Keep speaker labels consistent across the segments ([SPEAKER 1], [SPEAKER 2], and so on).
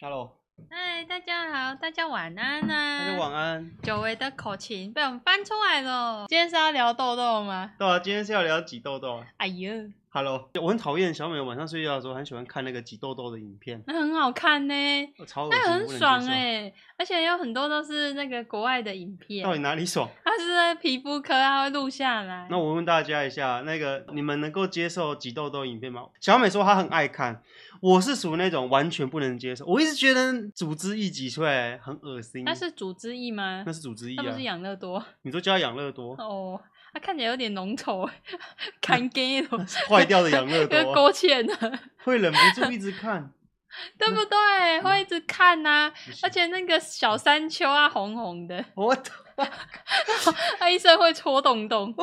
[SPEAKER 1] Hello，
[SPEAKER 2] 嗨，大家好，大家晚安呐、
[SPEAKER 1] 大家晚安。
[SPEAKER 2] 久违的口琴被我们翻出来了。今天是要聊痘痘吗？
[SPEAKER 1] 对啊，今天是要聊挤痘痘啊。
[SPEAKER 2] 哎呦，
[SPEAKER 1] Hello，我很讨厌小美晚上睡觉的时候很喜欢看那个挤痘痘的影片，
[SPEAKER 2] 那很好看呢、
[SPEAKER 1] 我超恶心，
[SPEAKER 2] 那
[SPEAKER 1] 我
[SPEAKER 2] 很
[SPEAKER 1] 不能接
[SPEAKER 2] 爽
[SPEAKER 1] 受
[SPEAKER 2] 哎、而且有很多都是那个国外的影片
[SPEAKER 1] 到，底哪里 爽？
[SPEAKER 2] 它是在皮肤科，它会录下来。
[SPEAKER 1] 那我问大家一下，那个你们能够接受挤痘痘影片吗？小美说她很爱看，我是属于那种完全不能接受。我一直觉得组织一挤出来很恶心。
[SPEAKER 2] 那是主之意吗
[SPEAKER 1] 那？是组织一
[SPEAKER 2] 那不
[SPEAKER 1] 啊
[SPEAKER 2] 是，养乐多
[SPEAKER 1] 你说叫它养乐多，
[SPEAKER 2] 哦，它看起来有点浓稠，看 gay 了，
[SPEAKER 1] 坏掉的养乐
[SPEAKER 2] 有
[SPEAKER 1] 多，啊
[SPEAKER 2] 勾 芡的，
[SPEAKER 1] 会忍不住一直看。
[SPEAKER 2] 对不对？
[SPEAKER 1] 嗯
[SPEAKER 2] 会一直看呐、
[SPEAKER 1] 不行
[SPEAKER 2] 而且那个小山丘啊，红红的。
[SPEAKER 1] 我的
[SPEAKER 2] 他医生会戳洞
[SPEAKER 1] 哦
[SPEAKER 2] 洞，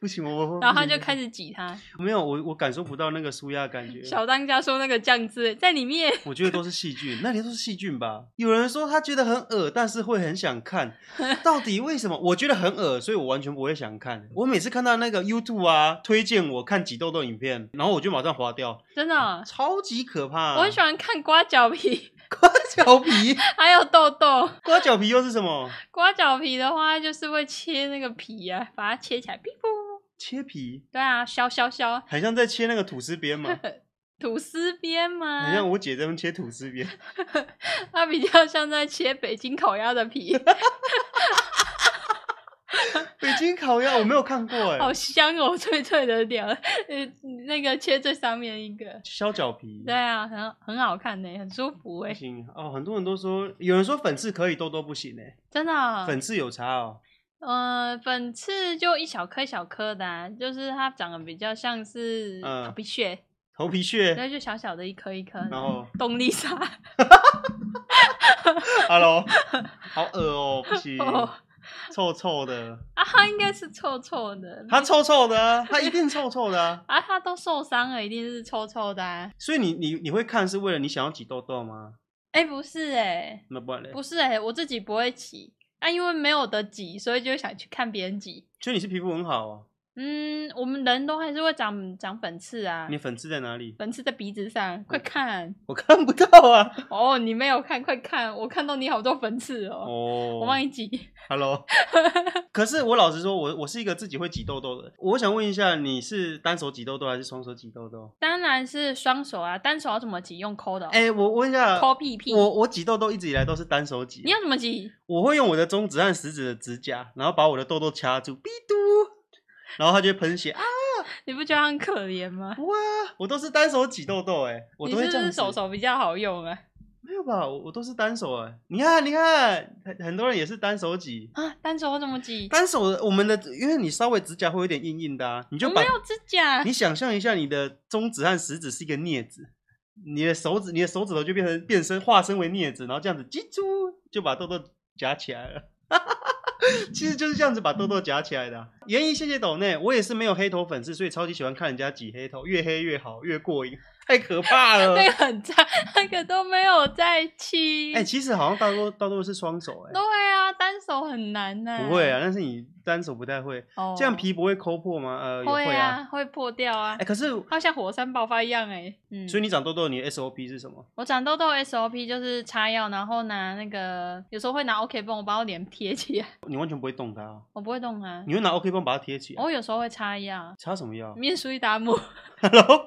[SPEAKER 1] 不行，我我
[SPEAKER 2] 然后他就
[SPEAKER 1] 开
[SPEAKER 2] 开始挤他。
[SPEAKER 1] 没有我我感受不到那个舒压感觉。
[SPEAKER 2] 小当家说那个酱汁在里面，
[SPEAKER 1] 我觉得都是细菌，那里都是细菌吧。有人说他觉得很恶，但是会很想看， 到底为什么？我觉得很恶，所以我完全不会想看。我每次看到那个 YouTube 啊，推荐我看挤痘痘影片，然后我就马上划掉，
[SPEAKER 2] 真的哦、
[SPEAKER 1] 超级可怕、
[SPEAKER 2] 我很喜欢看刮脚皮，
[SPEAKER 1] 刮脚皮，
[SPEAKER 2] 还有痘痘。
[SPEAKER 1] 刮脚皮又是什么？
[SPEAKER 2] 刮脚皮的话，就是会切那个皮啊，把它切起来，屁噗。
[SPEAKER 1] 切皮，
[SPEAKER 2] 对啊，削削削，
[SPEAKER 1] 很像在切那个吐司边嘛，
[SPEAKER 2] 吐司边
[SPEAKER 1] 很像
[SPEAKER 2] 嘛，
[SPEAKER 1] 我姐在那边切吐司边。
[SPEAKER 2] 它比较像在切北京烤鸭的皮，
[SPEAKER 1] 北京烤鸭我没有看过哎、
[SPEAKER 2] 好香哦，脆脆的屌。呃，那个切最上面一个，
[SPEAKER 1] 削脚皮。
[SPEAKER 2] 对啊，很很好看呢、很舒服哎、
[SPEAKER 1] 不行哦，很多人都说，有人说粉刺可以，痘痘不行哎、
[SPEAKER 2] 真的哦、
[SPEAKER 1] 粉刺有差哦。
[SPEAKER 2] 呃，粉刺就一小颗一小颗的、啊，就是它长得比较像是
[SPEAKER 1] 嗯
[SPEAKER 2] 头皮屑，
[SPEAKER 1] 头皮屑，
[SPEAKER 2] 然后就小小的一颗一颗的。
[SPEAKER 1] 然后
[SPEAKER 2] 动力沙，
[SPEAKER 1] ，Hello，好 恶哦、不行，
[SPEAKER 2] 哦
[SPEAKER 1] 臭臭的，
[SPEAKER 2] 啊，它应该是臭臭的。
[SPEAKER 1] 它臭臭的、啊，它一定臭臭的、啊。
[SPEAKER 2] 啊，它都受伤了，一定是臭臭的、啊。
[SPEAKER 1] 所以你你你会看是为了你想要挤痘痘吗？
[SPEAKER 2] 哎、不是哎、
[SPEAKER 1] 那不然嘞
[SPEAKER 2] 不，是哎、我自己不会挤，啊，因为没有得挤，所以就想去看别人挤。
[SPEAKER 1] 就你是皮肤很好啊，
[SPEAKER 2] 嗯，我们人都还是会长长粉刺啊
[SPEAKER 1] 你，粉刺在哪里？
[SPEAKER 2] 粉刺在鼻子上，快看！
[SPEAKER 1] 我看不到 啊。
[SPEAKER 2] 哦，你没有看，快看！我看到你好多粉刺哦，
[SPEAKER 1] 哦
[SPEAKER 2] 我帮你挤。
[SPEAKER 1] ，Hello。可是我老实说，我我是一个自己会挤痘痘的。我想问一下，你是单手挤痘痘还是双手挤痘痘？
[SPEAKER 2] 当然是双手啊，单手要怎么挤？用抠的、哦，
[SPEAKER 1] 哎、我问一下，
[SPEAKER 2] 抠屁屁。
[SPEAKER 1] 我我挤痘痘一直以来都是单手挤
[SPEAKER 2] 你，要怎么挤？
[SPEAKER 1] 我会用我的中指和食指的指甲，然后把我的痘痘掐住，哔嘟，然后它就会喷血啊！
[SPEAKER 2] 你不觉得他很可怜吗？
[SPEAKER 1] 哇，我都是单手挤痘痘哎、我
[SPEAKER 2] 你
[SPEAKER 1] 都
[SPEAKER 2] 是
[SPEAKER 1] 会
[SPEAKER 2] 不
[SPEAKER 1] 这样
[SPEAKER 2] 是
[SPEAKER 1] 子。
[SPEAKER 2] 手手比较好用啊？
[SPEAKER 1] 没有吧？我我都是单手哎、你看你看，很很多人也是单手挤，
[SPEAKER 2] 啊，单手要怎么挤？
[SPEAKER 1] 单手的我们的，因为你稍微指甲会有点硬硬的啊，你就
[SPEAKER 2] 我
[SPEAKER 1] 把
[SPEAKER 2] 没有指 甲
[SPEAKER 1] 你，想象一下，你的中指和食指是一个镊子，你的手指你的手指头就变成变身化身为镊子，然后这样子叽啾就把痘痘夹起来了。 其实就是这样子把痘痘夹起来的啊、原因谢谢抖内，我也是没有黑头粉刺，所以超级喜欢看人家挤黑头，越黑越好，越过瘾， 太可怕 了。
[SPEAKER 2] 那个很差，那个都没有在气。
[SPEAKER 1] 哎、其实好像大多大多是双手哎、
[SPEAKER 2] 对啊，单手很难呢、
[SPEAKER 1] 不会啊，，但是你单手不太会，
[SPEAKER 2] 哦
[SPEAKER 1] 这样皮不会抠破吗？呃，也
[SPEAKER 2] 会
[SPEAKER 1] 会啊。
[SPEAKER 2] 啊，会破掉啊
[SPEAKER 1] 哎、，可是
[SPEAKER 2] 它像火山爆发一样哎、嗯，
[SPEAKER 1] 所以你长痘痘，你的 SOP 是什么？
[SPEAKER 2] 我长痘痘 SOP 就是擦药，然后拿那个有时候会拿 OK 绷，我把我脸贴起来，
[SPEAKER 1] 你完全不会动它哦、
[SPEAKER 2] 我不会动啊。
[SPEAKER 1] 你会拿 OK 绷把它贴起来。
[SPEAKER 2] 我有时候会擦药，
[SPEAKER 1] 擦什么药
[SPEAKER 2] 面舒一达姆，
[SPEAKER 1] ？Hello，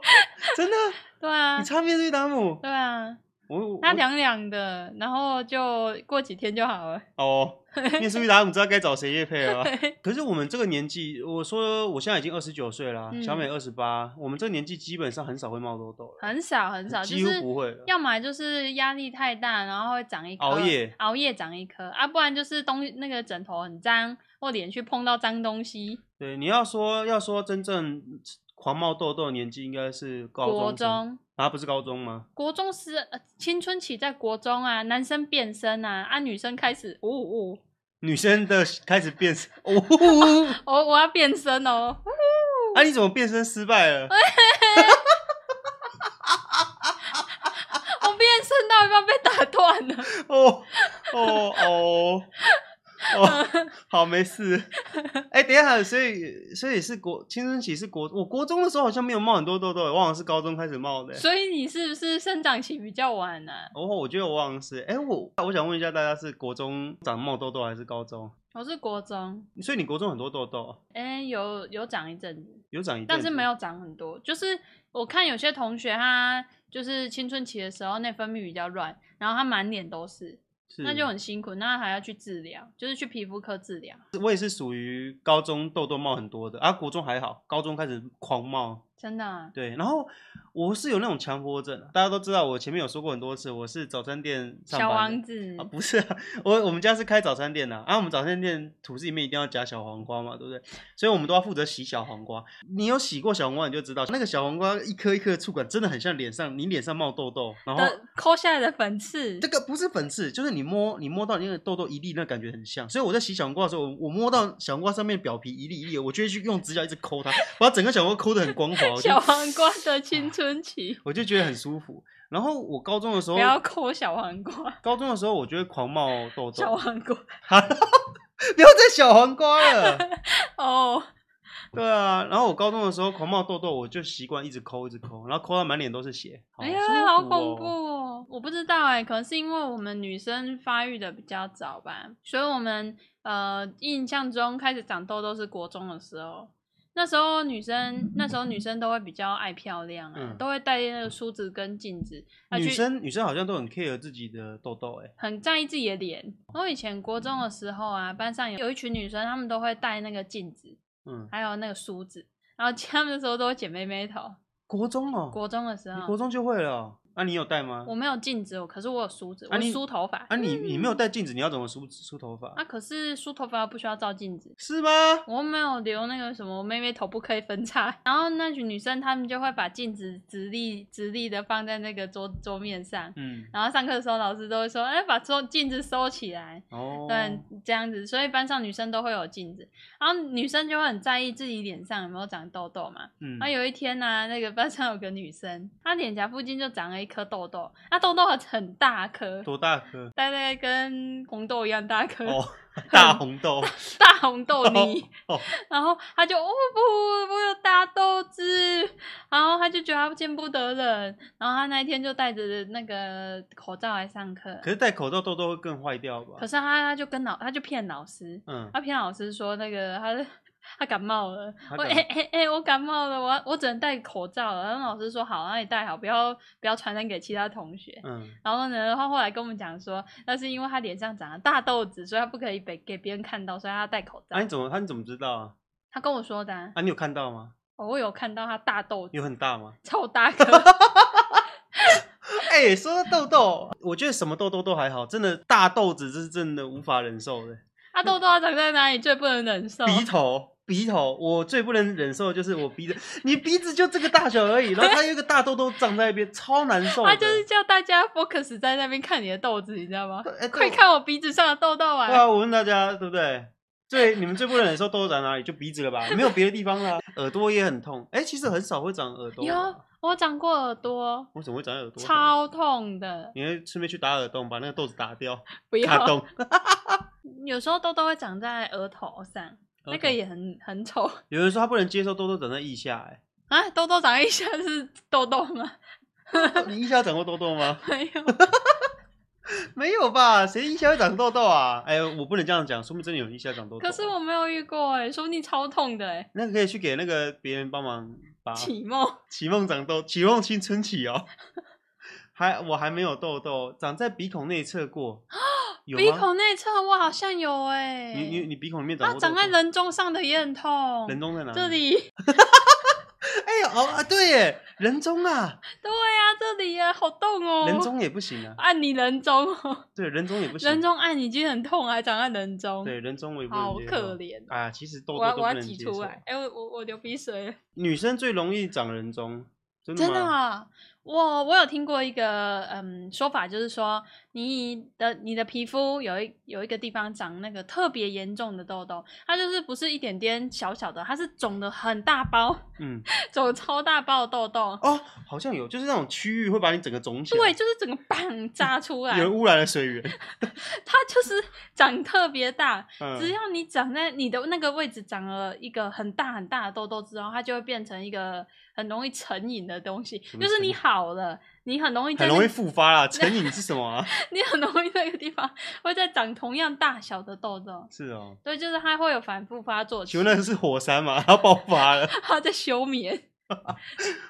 [SPEAKER 1] 真的？
[SPEAKER 2] 对 啊
[SPEAKER 1] 你，擦面对达姆？
[SPEAKER 2] 对啊，
[SPEAKER 1] 我
[SPEAKER 2] 它
[SPEAKER 1] 我
[SPEAKER 2] 凉凉的，然后就过几天就好了。
[SPEAKER 1] 哦，面对达姆知道该找谁叶配了吧。
[SPEAKER 2] 对
[SPEAKER 1] 可是我们这个年纪，我说我现在已经二十九岁啦，
[SPEAKER 2] 嗯
[SPEAKER 1] 小美二十八，我们这个年纪基本上很少会冒痘痘了，
[SPEAKER 2] 很少很少，就
[SPEAKER 1] 几乎
[SPEAKER 2] 是
[SPEAKER 1] 不会了。
[SPEAKER 2] 要么就是压力太大，然后会长一颗，
[SPEAKER 1] 熬夜
[SPEAKER 2] 熬夜长一颗啊，不然就是东那个枕头很脏，或脸去碰到脏东西。
[SPEAKER 1] 对，你要说要说真正狂冒痘痘的年纪应该是高中生，
[SPEAKER 2] 国中，
[SPEAKER 1] 啊不是高中吗？
[SPEAKER 2] 国中是、呃、青春期，在国中啊，男生变身啊，啊女生开始，呜呜，呜
[SPEAKER 1] 女生的开始变 身，哦，
[SPEAKER 2] 我我要变身哦，
[SPEAKER 1] 啊你怎么变身失败了？
[SPEAKER 2] 我变身到一半被打断了，
[SPEAKER 1] 哦哦哦，哦，
[SPEAKER 2] 嗯
[SPEAKER 1] 好，没事。哎、等一下，所以所以是国青春期是国，我国中的时候好像没有冒很多痘痘，我好像是高中开始冒的。
[SPEAKER 2] 所以你是不是生长期比较晚啊呢、
[SPEAKER 1] 哦，我觉得我好像是，哎、我我想问一下大家，是国中长冒痘痘还是高中？
[SPEAKER 2] 我是国中，
[SPEAKER 1] 所以你国中很多痘痘，
[SPEAKER 2] 哎、有有长一阵子，
[SPEAKER 1] 有长一阵子，
[SPEAKER 2] 但是没有长很多。就是我看有些同学他就是青春期的时候内分泌比较乱，然后他满脸都是，
[SPEAKER 1] 是，
[SPEAKER 2] 那就很辛苦，那还要去治疗，就是去皮肤科治疗。
[SPEAKER 1] 我也是属于高中痘痘冒很多的，啊，国中还好，高中开始狂冒。
[SPEAKER 2] 真的、啊，
[SPEAKER 1] 对，然后我是有那种强迫症，啊大家都知道，我前面有说过很多次，我是早餐店上
[SPEAKER 2] 小
[SPEAKER 1] 班
[SPEAKER 2] 王
[SPEAKER 1] 的。
[SPEAKER 2] 子
[SPEAKER 1] 啊，不是啊，我我们家是开早餐店的、啊，我们早餐店吐司里面一定要夹小黄瓜嘛，对不对？所以我们都要负责洗小黄瓜。你有洗过小黄瓜，你就知道那个小黄瓜一颗一颗的触感真的很像脸上，你脸上冒痘痘，然后
[SPEAKER 2] 的抠下来的粉刺
[SPEAKER 1] 这，个不是粉刺，就是你摸你摸到你那个痘痘一粒，那感觉很像。所以我在洗小黄瓜的时候，我我摸到小黄瓜上面表皮一粒一粒的，我就会去用指甲一直抠它，把整个小黄瓜抠得很光滑，我就啊
[SPEAKER 2] 小黄瓜 的青春期，
[SPEAKER 1] 我就觉得很舒服。然后我高中的时候
[SPEAKER 2] 不，要抠小黄瓜，
[SPEAKER 1] 高中的时候我就会狂冒痘痘，
[SPEAKER 2] 小黄瓜
[SPEAKER 1] 不要再小黄瓜了。
[SPEAKER 2] 哦，
[SPEAKER 1] 对啊，然后我高中的时候狂冒痘痘，我就习惯一直抠一直抠，然后抠到满脸都是血。好
[SPEAKER 2] 哎呀
[SPEAKER 1] 舒服，
[SPEAKER 2] 好恐
[SPEAKER 1] 哦
[SPEAKER 2] 怖！哦！我不知道哎、可能是因为我们女生发育的比较早吧，所以我们呃印象中开始长痘痘是国中的时候。那时候女生，那时候女生都会比较爱漂亮啊，
[SPEAKER 1] 嗯
[SPEAKER 2] 都会带那个梳子跟镜子，啊
[SPEAKER 1] 女
[SPEAKER 2] 去
[SPEAKER 1] 生女生好像都很 care 自己的痘痘、欸，哎，
[SPEAKER 2] 很在意自己的脸。我以前国中的时候啊，班上有有一群女生，她们都会带那个镜子，
[SPEAKER 1] 嗯，
[SPEAKER 2] 还有那个梳子，然后她们那时候都会剪妹妹头。
[SPEAKER 1] 国中哦，
[SPEAKER 2] 国中的时
[SPEAKER 1] 你
[SPEAKER 2] 候，
[SPEAKER 1] 国中就会了哦。啊，你有戴吗？
[SPEAKER 2] 我没有镜子，我哦可是我有梳子，
[SPEAKER 1] 啊
[SPEAKER 2] 我
[SPEAKER 1] 你
[SPEAKER 2] 梳头发。
[SPEAKER 1] 啊 你，你没有
[SPEAKER 2] 嗯
[SPEAKER 1] 戴镜子，你要怎么梳梳头发？
[SPEAKER 2] 啊，可是梳头发不需要照镜子，
[SPEAKER 1] 是吗？
[SPEAKER 2] 我没有留那个什么妹妹头不可以分叉。 然后那群女生她们就会把镜子直立直立的放在那个桌桌面上，
[SPEAKER 1] 嗯，
[SPEAKER 2] 然后上课的时候老师都会说，哎、把桌镜子收起来。
[SPEAKER 1] 哦，
[SPEAKER 2] 对，这样子，所以班上女生都会有镜子，然后女生就会很在意自己脸上有没有长痘痘嘛。
[SPEAKER 1] 嗯
[SPEAKER 2] 然后，啊有一天呢、那个班上有个女生，她脸颊附近就长了一颗痘痘，那痘痘很大颗，
[SPEAKER 1] 多大颗？
[SPEAKER 2] 大概跟红豆一样大颗，
[SPEAKER 1] 哦，大红豆，
[SPEAKER 2] 大红豆泥。
[SPEAKER 1] 哦
[SPEAKER 2] 然后他就哦不，我有大豆子，然后他就觉得他见不得人，然后他那一天就戴着那个口罩来上课。
[SPEAKER 1] 可是戴口罩痘痘会更坏掉吧
[SPEAKER 2] 可？是啊他他就跟老他就骗老师，
[SPEAKER 1] 嗯，
[SPEAKER 2] 他骗老师说那个他。他感冒了，
[SPEAKER 1] 他
[SPEAKER 2] 我
[SPEAKER 1] 感
[SPEAKER 2] 哎哎哎，我感冒了，我我只能戴口罩了。然后老师说好，那你戴好，不要不要传染给其他同学。
[SPEAKER 1] 嗯，
[SPEAKER 2] 然后呢，他后来跟我们讲说，那是因为他脸上长了大痘子，所以他不可以被给别人看到，所以他要戴口罩。
[SPEAKER 1] 啊，你怎么，他、你怎么知道啊？
[SPEAKER 2] 他跟我说的啊、
[SPEAKER 1] 啊，你有看到吗？
[SPEAKER 2] 哦我有看到他大痘子，
[SPEAKER 1] 有很大吗？
[SPEAKER 2] 超大颗，
[SPEAKER 1] 哎、说到痘痘，我觉得什么痘痘都还好，真的大痘子这是真的无法忍受的。
[SPEAKER 2] 他痘痘要长在哪里最不能忍受？
[SPEAKER 1] 鼻头，鼻头，我最不能忍受的就是我鼻子，你鼻子就这个大小而已，然后它有一个大痘痘长在那边，超难受的。
[SPEAKER 2] 他就是叫大家 focus 在那边看你的痘子，你知道吗？
[SPEAKER 1] 哎、对
[SPEAKER 2] 快看我鼻子上的痘痘
[SPEAKER 1] 对
[SPEAKER 2] 啊！
[SPEAKER 1] 啊，我问大家，对不对？最你们最不能忍受痘痘长哪里？就鼻子了吧，没有别的地方啦。耳朵也很痛，哎、其实很少会长耳朵。
[SPEAKER 2] 有，我长过耳朵，
[SPEAKER 1] 我怎么会长耳朵？！
[SPEAKER 2] 超痛的，
[SPEAKER 1] 你会顺便去打耳洞，把那个痘子打掉，
[SPEAKER 2] 不
[SPEAKER 1] 打
[SPEAKER 2] 要。
[SPEAKER 1] 洞。
[SPEAKER 2] 有时候痘痘会长在额头上，那个也很很丑
[SPEAKER 1] 有人说他不能接受痘痘长在腋下、 哎
[SPEAKER 2] 啊！痘痘长一下是痘痘吗？
[SPEAKER 1] 你腋下长过痘痘吗？
[SPEAKER 2] 没有，
[SPEAKER 1] 没有吧？谁腋下会长痘痘啊？哎、我不能这样讲，说明真的有人腋下长痘痘。
[SPEAKER 2] 可是我没有遇过哎、说不定超痛的哎、
[SPEAKER 1] 那个可以去给那个别人帮忙拔。
[SPEAKER 2] 启梦
[SPEAKER 1] 启梦长痘，启梦青春期哦。 还我还没有痘痘，长在鼻孔内侧 过，有
[SPEAKER 2] 鼻
[SPEAKER 1] 吗？
[SPEAKER 2] 孔内侧我好像有哎、
[SPEAKER 1] 你你你鼻孔里面长
[SPEAKER 2] 啊，
[SPEAKER 1] 过痘
[SPEAKER 2] 长
[SPEAKER 1] 痘？
[SPEAKER 2] 在人中上的也很痛，
[SPEAKER 1] 人中在啊哪？
[SPEAKER 2] 这。里，
[SPEAKER 1] 哎呦哦啊，对耶，人中啊，
[SPEAKER 2] 对呀、这里呀、好痛哦。
[SPEAKER 1] 人中也不行啊。
[SPEAKER 2] 按你人中 哦，
[SPEAKER 1] 对，人中也不行。
[SPEAKER 2] 人中按你已经很痛，还长在人中，
[SPEAKER 1] 对人中我也不能
[SPEAKER 2] 好
[SPEAKER 1] 接受
[SPEAKER 2] 可怜。哦
[SPEAKER 1] 啊，其实痘
[SPEAKER 2] 我
[SPEAKER 1] 痘
[SPEAKER 2] 要
[SPEAKER 1] 都
[SPEAKER 2] 我
[SPEAKER 1] 不
[SPEAKER 2] 要
[SPEAKER 1] 能
[SPEAKER 2] 挤
[SPEAKER 1] 接受
[SPEAKER 2] 出。来，哎、我我我流鼻水了，
[SPEAKER 1] 女生最容易长人中，真的
[SPEAKER 2] 真的
[SPEAKER 1] 吗？
[SPEAKER 2] 啊！我我有听过一个嗯说法，就是说你的你的皮肤有一有一个地方长那个特别严重的痘痘，它就是不是一点点小小的，它是肿的很大包，
[SPEAKER 1] 嗯，
[SPEAKER 2] 肿得超大包的痘痘，
[SPEAKER 1] 哦，好像有，就是那种区域会把你整个肿起来，
[SPEAKER 2] 对，就是整个棒炸出
[SPEAKER 1] 嗯
[SPEAKER 2] 来
[SPEAKER 1] 有，人污染了水 源，
[SPEAKER 2] 它就是长特别大。
[SPEAKER 1] 嗯，
[SPEAKER 2] 只要你长在你的那个位置长了一个很大很大的痘痘之后，它就会变成一个很容易成瘾的东西。
[SPEAKER 1] 么
[SPEAKER 2] 就是
[SPEAKER 1] 成
[SPEAKER 2] 你
[SPEAKER 1] 瘾
[SPEAKER 2] 好了，你很容易在
[SPEAKER 1] 很
[SPEAKER 2] 那
[SPEAKER 1] 容易复发啦。成瘾是什么啊？
[SPEAKER 2] 你很容易在一个地方会再长同样大小的痘痘。
[SPEAKER 1] 是哦，
[SPEAKER 2] 对，就是它会有反复发作期，
[SPEAKER 1] 请问那个是火山吗？它爆发了，
[SPEAKER 2] 它在休眠。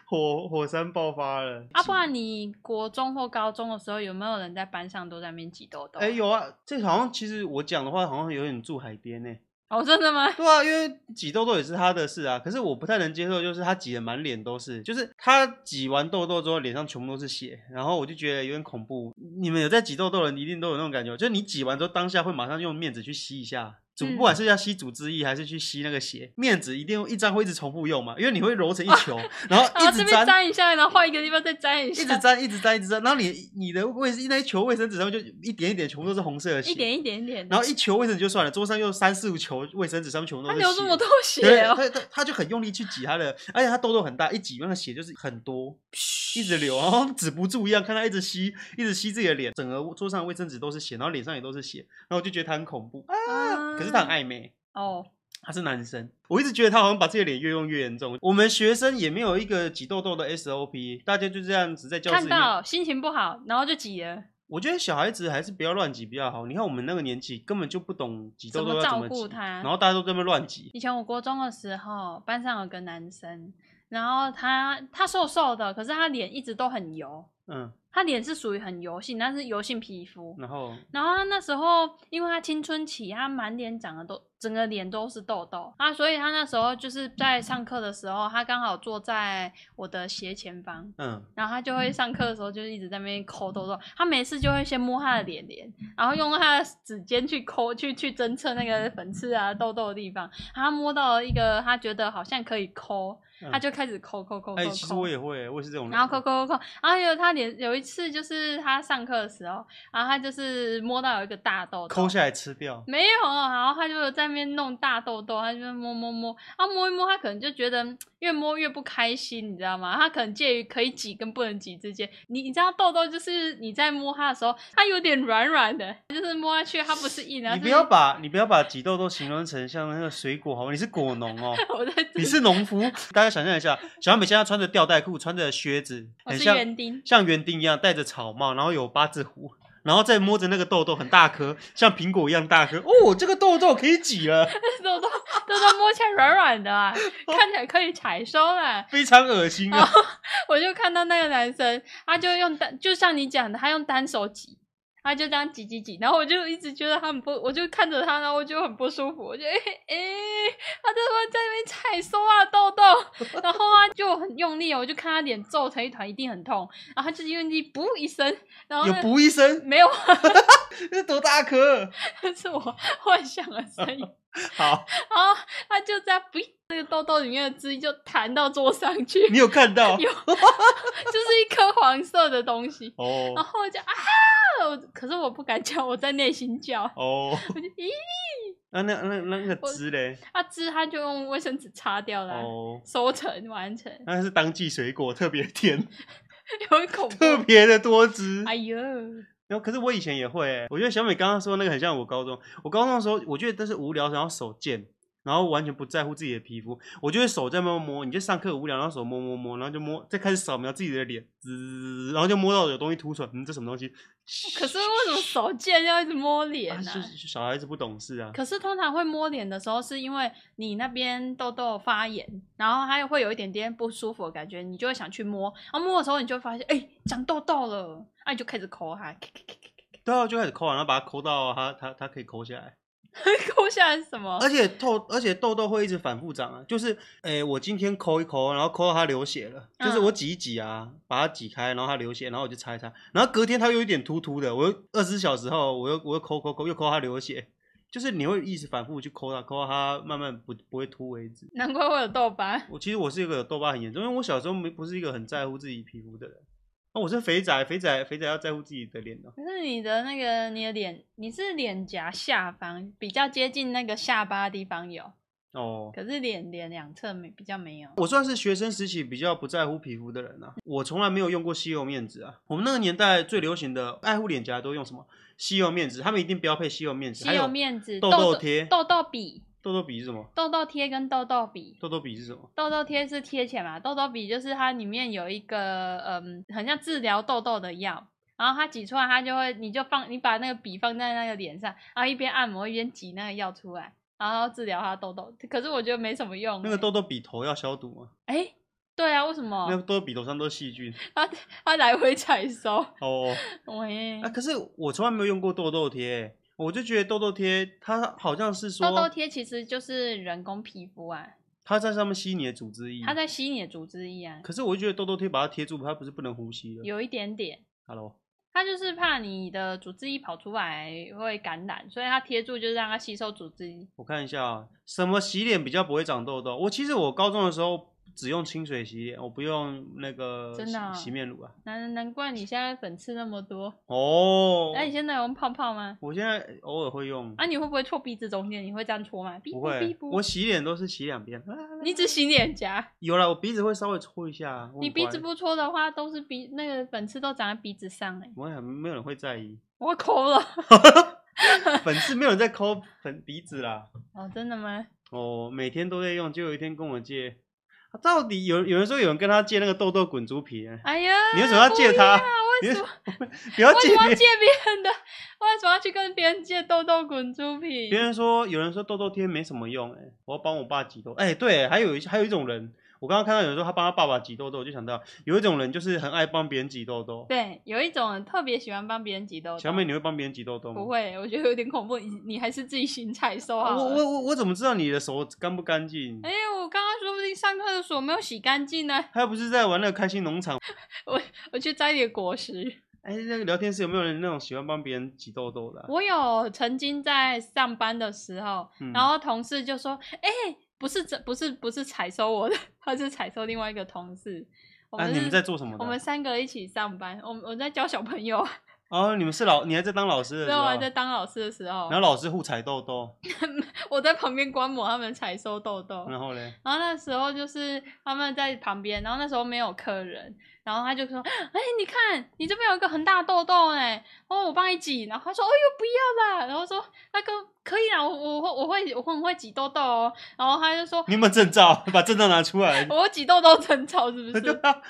[SPEAKER 1] 火火山爆发 了。
[SPEAKER 2] 啊，不然你国中或高中的时候有没有人在班上都在那边挤痘痘？
[SPEAKER 1] 哎、有啊，这好像其实我讲的话好像有点住海边呢、
[SPEAKER 2] 哦，真的吗？
[SPEAKER 1] 对啊，因为挤痘痘也是他的事啊。可是我不太能接受，就是他挤得满脸都是，就是他挤完痘痘之后脸上全部都是血，然后我就觉得有点恐怖。你们有在挤痘痘的人一定都有那种感觉，就是你挤完之后当下会马上用面纸去吸一下。组
[SPEAKER 2] 嗯
[SPEAKER 1] 不管是要吸组织液还是去吸那个血，面纸一定一张会一直重复用嘛，因为你会揉成一球，然后
[SPEAKER 2] 哦然后
[SPEAKER 1] 一
[SPEAKER 2] 这
[SPEAKER 1] 直
[SPEAKER 2] 边
[SPEAKER 1] 粘，
[SPEAKER 2] 粘一下，然后换一个地方再粘一
[SPEAKER 1] 一
[SPEAKER 2] 下，
[SPEAKER 1] 直粘，一直粘，一直粘，然后你你的卫那一球卫生纸上面就一点一点全部都是红色的血，
[SPEAKER 2] 一点一点一点的。
[SPEAKER 1] 然后一球卫生纸就算了，桌上又三四五球卫生纸上面全部都
[SPEAKER 2] 它
[SPEAKER 1] 是
[SPEAKER 2] 流这
[SPEAKER 1] 血
[SPEAKER 2] 么多
[SPEAKER 1] 对，
[SPEAKER 2] 血哦，
[SPEAKER 1] 他他他就很用力去挤他的，而且他痘痘很大，一挤那个血就是很多，一直流，然后止不住一样，看他一直吸，一直吸自己的脸，整个桌上的卫生纸都是血，然后脸上也都是血，然后我就觉得他很恐怖啊。
[SPEAKER 2] 啊
[SPEAKER 1] 可是他很爱美，
[SPEAKER 2] 哦，
[SPEAKER 1] 他是男生，我一直觉得他好像把自己的脸越用越严重。我们学生也没有一个挤痘痘的 SOP，大家就这样子在教室
[SPEAKER 2] 看
[SPEAKER 1] 里面。
[SPEAKER 2] 到心情不好，然后就挤了，
[SPEAKER 1] 我觉得小孩子还是不要乱挤比较好。你看我们那个年纪根本就不懂挤痘痘要
[SPEAKER 2] 怎
[SPEAKER 1] 怎
[SPEAKER 2] 么
[SPEAKER 1] 么
[SPEAKER 2] 照顾
[SPEAKER 1] 挤，
[SPEAKER 2] 他
[SPEAKER 1] 然后大家都在那边乱挤。
[SPEAKER 2] 以前我国中的时候，班上有个男生，然后他他瘦瘦的，可是他脸一直都很油，
[SPEAKER 1] 嗯，
[SPEAKER 2] 他脸是属于很油性，但是油性皮肤。
[SPEAKER 1] 然后
[SPEAKER 2] 然后他那时候，因为他青春期，他满脸长的都整个脸都是痘痘啊，所以他那时候就是在上课的时候，他刚好坐在我的斜前方，
[SPEAKER 1] 嗯，
[SPEAKER 2] 然后他就会上课的时候就是一直在那边抠痘痘，他每次就会先摸他的脸脸，然后用他的指尖去抠去去侦测那个粉刺啊痘痘的地方，他摸到了一个他觉得好像可以抠，
[SPEAKER 1] 嗯
[SPEAKER 2] 他就开始抠抠抠抠
[SPEAKER 1] 哎、其实
[SPEAKER 2] 抠
[SPEAKER 1] 我。也会，我也是这种人。啊
[SPEAKER 2] 然后抠抠抠抠，然后有他脸有一次就是他上课的时候，然后他就是摸到有一个大痘痘，
[SPEAKER 1] 抠下来吃掉。
[SPEAKER 2] 没有，啊然后他就在那边弄大痘痘，他就在摸摸摸，然后摸一摸，他可能就觉得嗯越摸越不开心，你知道吗？他可能介于可以挤跟不能挤之间。你你知道痘痘就是你在摸它的时候，它有点软软的，就是摸下去它不是硬的。它
[SPEAKER 1] 你不
[SPEAKER 2] 是
[SPEAKER 1] 要把你不要把挤痘痘形容成像那个水果好吗？你是果农 哦，
[SPEAKER 2] 我在
[SPEAKER 1] 你是农夫。大家想象一下，小美现在穿着吊带裤，穿着靴子，
[SPEAKER 2] 我
[SPEAKER 1] 很
[SPEAKER 2] 是
[SPEAKER 1] 像
[SPEAKER 2] 园丁，
[SPEAKER 1] 像园丁一样，戴着草帽，然后有八字胡，然后再摸着那个痘痘，很大颗，像苹果一样大颗。哦，这个痘痘可以挤了，
[SPEAKER 2] 痘痘痘痘摸起来软软的 啊，看起来可以采收了。
[SPEAKER 1] 非常恶心啊！
[SPEAKER 2] 我就看到那个男生，他就用单，就像你讲的，他用单手挤，他就这样挤挤挤，然后我就一直觉得他很不，我就看着他，然后我就很不舒服，我就诶诶、他在那在那边踩收啊痘痘，然后啊就很用力，我就看他脸皱成一团，一定很痛，然后他就是用力噗一声，然后
[SPEAKER 1] 有
[SPEAKER 2] 那
[SPEAKER 1] 补一声，
[SPEAKER 2] 没有啊，
[SPEAKER 1] 这多大颗？
[SPEAKER 2] 是我幻想的声 音，
[SPEAKER 1] 好，
[SPEAKER 2] 然后他就在噗那个痘痘里面的汁就弹到桌上去，
[SPEAKER 1] 你有看到
[SPEAKER 2] 有 就是一颗黄色的东西。然
[SPEAKER 1] 哦
[SPEAKER 2] 后我就啊，我可是我不敢叫，我在内心叫。
[SPEAKER 1] 哦，
[SPEAKER 2] 我就咦，
[SPEAKER 1] 那那那那个
[SPEAKER 2] 我
[SPEAKER 1] 汁嘞？
[SPEAKER 2] 阿芝他啊就用卫生纸擦掉了啊，
[SPEAKER 1] 哦，
[SPEAKER 2] 收成完成，
[SPEAKER 1] 那是当季水果，特别甜，
[SPEAKER 2] 有点恐
[SPEAKER 1] 特
[SPEAKER 2] 怖。
[SPEAKER 1] 别的多汁。
[SPEAKER 2] 哎呦，
[SPEAKER 1] 然后可是我以前也会欸、我觉得小美刚刚说那个很像我高中。我高中的时候，我觉得都是无聊，然后手贱，然后完全不在乎自己的皮肤。我就会手在慢慢摸，你就上课无聊，然后手摸摸摸，然后就摸，再开始扫描自己的脸，滋，然后就摸到有东西凸出来，嗯，这什么东西？
[SPEAKER 2] 可是为什么手贱要一直摸脸
[SPEAKER 1] 啊
[SPEAKER 2] 呢、
[SPEAKER 1] 就是小孩子不懂事啊。
[SPEAKER 2] 可是通常会摸脸的时候，是因为你那边痘痘发炎，然后它又会有一点点不舒服的感觉，你就会想去摸。然后摸的时候，你就会发现，哎、长痘痘了，啊，你就开始抠它， 咳咳
[SPEAKER 1] 对啊，就开始抠啊，然后把它抠到他他他可以抠下来。
[SPEAKER 2] 咳抠下来是什么？
[SPEAKER 1] 而且痘，而且痘痘会一直反复长啊，就是，诶、我今天抠一抠，然后抠到它流血了，就是
[SPEAKER 2] 嗯
[SPEAKER 1] 我挤一挤啊，把它挤开，然后它流血，然后我就擦一擦，然后隔天它又有点突突的，我又二十小时后，我又我又抠抠抠，又抠它流血，就是你会一直反复去抠它，抠到它慢慢不不会秃为止。
[SPEAKER 2] 难怪会有痘疤。
[SPEAKER 1] 我其实我是一个有痘疤很严重，因为我小时候没不是一个很在乎自己皮肤的人，哦，我是肥仔，肥仔，肥仔要在乎自己的脸哦。
[SPEAKER 2] 可是你的那个你的脸，你是脸颊下方比较接近那个下巴的地方有，
[SPEAKER 1] 哦，
[SPEAKER 2] 可是脸脸两侧没比较没有。
[SPEAKER 1] 我算是学生时期比较不在乎皮肤的人啊，我从来没有用过吸油面纸啊。我们那个年代最流行的爱护脸颊都用什么？吸油面纸，他们一定标配吸油面纸，
[SPEAKER 2] 吸
[SPEAKER 1] 还有
[SPEAKER 2] 油面纸、
[SPEAKER 1] 痘
[SPEAKER 2] 痘
[SPEAKER 1] 痘
[SPEAKER 2] 痘
[SPEAKER 1] 贴
[SPEAKER 2] 痘痘笔、
[SPEAKER 1] 痘痘笔是什么？
[SPEAKER 2] 痘痘贴跟痘痘笔。
[SPEAKER 1] 痘痘笔是什么？
[SPEAKER 2] 痘痘贴是贴起来嘛，痘痘笔就是它里面有一个嗯，很像治疗痘痘的药，然后它挤出来，它就会，你就放，你把那个笔放在那个脸上，然后一边按摩一边挤那个药出来，然后治疗它痘痘。可是我觉得没什么用欸、
[SPEAKER 1] 那个痘痘笔头要消毒吗？
[SPEAKER 2] 哎、对啊，为什
[SPEAKER 1] 那个
[SPEAKER 2] 么
[SPEAKER 1] 痘痘笔头上都是细菌
[SPEAKER 2] 它它来回采收？
[SPEAKER 1] 哦。
[SPEAKER 2] 喂
[SPEAKER 1] 啊，，可是我从来没有用过痘痘贴欸，我就觉得痘痘贴它好像是说
[SPEAKER 2] 痘痘贴其实就是人工皮肤啊，
[SPEAKER 1] 它在上面吸你的组织液，
[SPEAKER 2] 它在吸你的组织液啊，
[SPEAKER 1] 嗯可是我就觉得痘痘贴把它贴住，它不是不能呼吸了。
[SPEAKER 2] 有一点点。
[SPEAKER 1] Hello，
[SPEAKER 2] 它就是怕你的组织液跑出来会感染，所以它贴住就是让它吸收组织液。
[SPEAKER 1] 我看一下啊，什么洗脸比较不会长痘痘？我其实我高中的时候只用清水洗脸，我不用那个
[SPEAKER 2] 真
[SPEAKER 1] 洗,、
[SPEAKER 2] 的啊
[SPEAKER 1] 洗面乳啊。
[SPEAKER 2] 难难怪你现在粉刺那么多。
[SPEAKER 1] 哦，
[SPEAKER 2] 那、你现在有用泡泡吗？
[SPEAKER 1] 我现在偶尔会用，
[SPEAKER 2] 啊，你会不会戳鼻子中间？你会这样戳吗？哔
[SPEAKER 1] 不
[SPEAKER 2] 啵哔
[SPEAKER 1] 会，
[SPEAKER 2] 啵
[SPEAKER 1] 我洗脸都是洗两遍。啊
[SPEAKER 2] 你只洗脸颊，
[SPEAKER 1] 有了，我鼻子会稍微搓一下啊。我
[SPEAKER 2] 你
[SPEAKER 1] 很
[SPEAKER 2] 鼻
[SPEAKER 1] 乖
[SPEAKER 2] 子？不戳的话，都是鼻那个粉刺都长在鼻子上哎、
[SPEAKER 1] 我想没有人会在意，
[SPEAKER 2] 我抠了。
[SPEAKER 1] 粉刺没有人在抠粉鼻子啦。
[SPEAKER 2] 哦，真的吗？
[SPEAKER 1] 哦，每天都在用，就有一天跟我借，啊到底有有人说有人跟他借那个痘痘滚珠皮啊，
[SPEAKER 2] 哎呀，
[SPEAKER 1] 你为什么要借他
[SPEAKER 2] 不要啊为什么？
[SPEAKER 1] 不要
[SPEAKER 2] 为
[SPEAKER 1] 借
[SPEAKER 2] 什么
[SPEAKER 1] 别
[SPEAKER 2] 要
[SPEAKER 1] 人。
[SPEAKER 2] 借别人的？为什么要去跟别人借痘痘滚珠皮？
[SPEAKER 1] 别人说有人说痘痘贴没什么用、哎，我要帮我爸挤痘。哎、对，还有一还有一种人，我刚刚看到有人说他帮他爸爸挤痘痘，我就想到有一种人就是很爱帮别人挤痘痘。
[SPEAKER 2] 对，有一种人特别喜欢帮别人挤痘痘。
[SPEAKER 1] 小美，你会帮别人挤痘痘吗？啊
[SPEAKER 2] 不。会，我觉得有点恐怖。你你还是自己行采收
[SPEAKER 1] 我
[SPEAKER 2] 好
[SPEAKER 1] 我
[SPEAKER 2] 了。
[SPEAKER 1] 我我怎么知道你的手干不干净
[SPEAKER 2] 哎、？我刚刚说不定上厕所没有洗干净呢，
[SPEAKER 1] 他又不是在玩那个开心农场。
[SPEAKER 2] 我去摘点果实。
[SPEAKER 1] 哎、那个聊天室有没有人那种喜欢帮别人挤痘痘的啊、
[SPEAKER 2] 我有曾经在上班的时候，
[SPEAKER 1] 嗯
[SPEAKER 2] 然后同事就说：“哎、不是这，不是不是采收我的，他是采收另外一个同事。”我
[SPEAKER 1] 啊，
[SPEAKER 2] 们
[SPEAKER 1] 你
[SPEAKER 2] 是、
[SPEAKER 1] 们在做什么的
[SPEAKER 2] 我
[SPEAKER 1] 啊？
[SPEAKER 2] 们三个一起上班，我们我在教小朋友，啊
[SPEAKER 1] 哦，你们是老，你还在当老师的时
[SPEAKER 2] 所以
[SPEAKER 1] 候
[SPEAKER 2] 我
[SPEAKER 1] 啊，
[SPEAKER 2] 还在当老师的时候
[SPEAKER 1] 然，后老师互踩痘 痘，
[SPEAKER 2] 我在旁边观摩他们采收痘痘。
[SPEAKER 1] 然后嘞，
[SPEAKER 2] 然后那时候就是他们在旁边，然后那时候没有客人，然后他就说：“哎、你看你这边有一个很大的痘痘哎，哦，我帮你挤。”然后他说：“哦呦，不要啦。”然后说：“那个可以啦，我我会我会我会很会挤痘痘哦。”然后他就说。
[SPEAKER 1] 你有没有证照？ 把证照拿出来
[SPEAKER 2] 我挤痘痘真吵是 不
[SPEAKER 1] 对
[SPEAKER 2] 是？
[SPEAKER 1] 啊，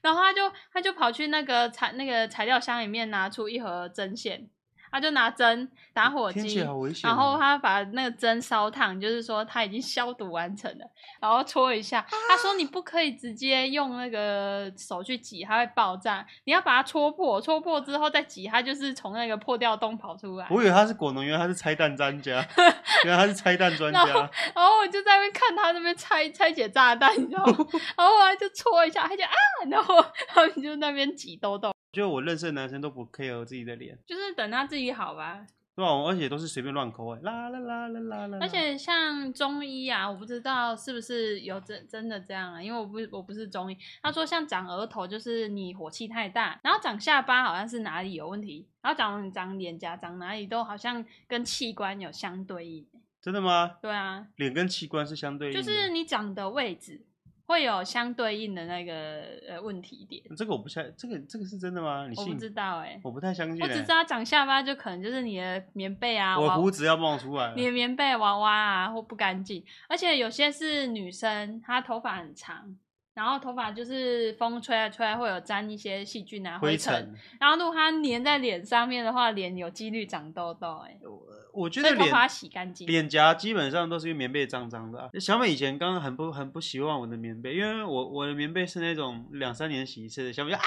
[SPEAKER 2] 然后他就他就跑去那个材那个材料箱里面拿出一盒针线，他就拿针打火
[SPEAKER 1] 天气
[SPEAKER 2] 机，
[SPEAKER 1] 好危险哦。
[SPEAKER 2] 然后他把那个针烧烫，就是说他已经消毒完成了，然后搓一下。他说你不可以直接用那个手去挤，它会爆炸。你要把它戳破，戳破之后再挤，它就是从那个破掉洞跑出来。
[SPEAKER 1] 我以为他是果农，原来他是拆弹专 家，原来他是拆弹专
[SPEAKER 2] 然后
[SPEAKER 1] 家。
[SPEAKER 2] 然后我就在那边看他那边拆拆解炸弹，你知道吗？然后他就戳一下，他就啊，然后 然后你就那边挤痘痘，
[SPEAKER 1] 就我认识的男生都不 care 自己的脸，
[SPEAKER 2] 就是等他自己好吧。
[SPEAKER 1] 对吧？而且都是随便乱抠哎，啦啦啦啦啦啦。
[SPEAKER 2] 而且像中医啊，我不知道是不是有真真的这样啊，因为我不我不是中医。他说像长额头就是你火气太大，然后长下巴好像是哪里有问题，然后长长脸颊长哪里都好像跟器官有相对应。
[SPEAKER 1] 真的吗？
[SPEAKER 2] 对啊，
[SPEAKER 1] 脸跟器官是相对应
[SPEAKER 2] 就
[SPEAKER 1] 的，
[SPEAKER 2] 是你长的位置会有相对应的那个呃问题点。
[SPEAKER 1] 这个我不相，这个这个是真的吗？你
[SPEAKER 2] 我不
[SPEAKER 1] 信？
[SPEAKER 2] 知道哎、
[SPEAKER 1] 我不太相信
[SPEAKER 2] 我只
[SPEAKER 1] 哎
[SPEAKER 2] 知。道长下巴就可能就是你的棉被啊，
[SPEAKER 1] 我
[SPEAKER 2] 娃
[SPEAKER 1] 胡子要冒出来了
[SPEAKER 2] 你的棉被娃娃啊，或不干净，而且有些是女生，她头发很长，然后头发就是风吹来吹来会有沾一些细菌啊、
[SPEAKER 1] 灰
[SPEAKER 2] 灰尘，
[SPEAKER 1] 尘。
[SPEAKER 2] 然后如果它粘在脸上面的话，脸有几率长痘痘、欸，哎，
[SPEAKER 1] 我觉
[SPEAKER 2] 所
[SPEAKER 1] 得
[SPEAKER 2] 以头
[SPEAKER 1] 脸
[SPEAKER 2] 发要洗干净。
[SPEAKER 1] 脸颊基本上都是因为棉被脏脏的啊、小美以前刚刚很不很不喜欢我的棉被，因为我我的棉被是那种两三年洗一次的。小美就啊，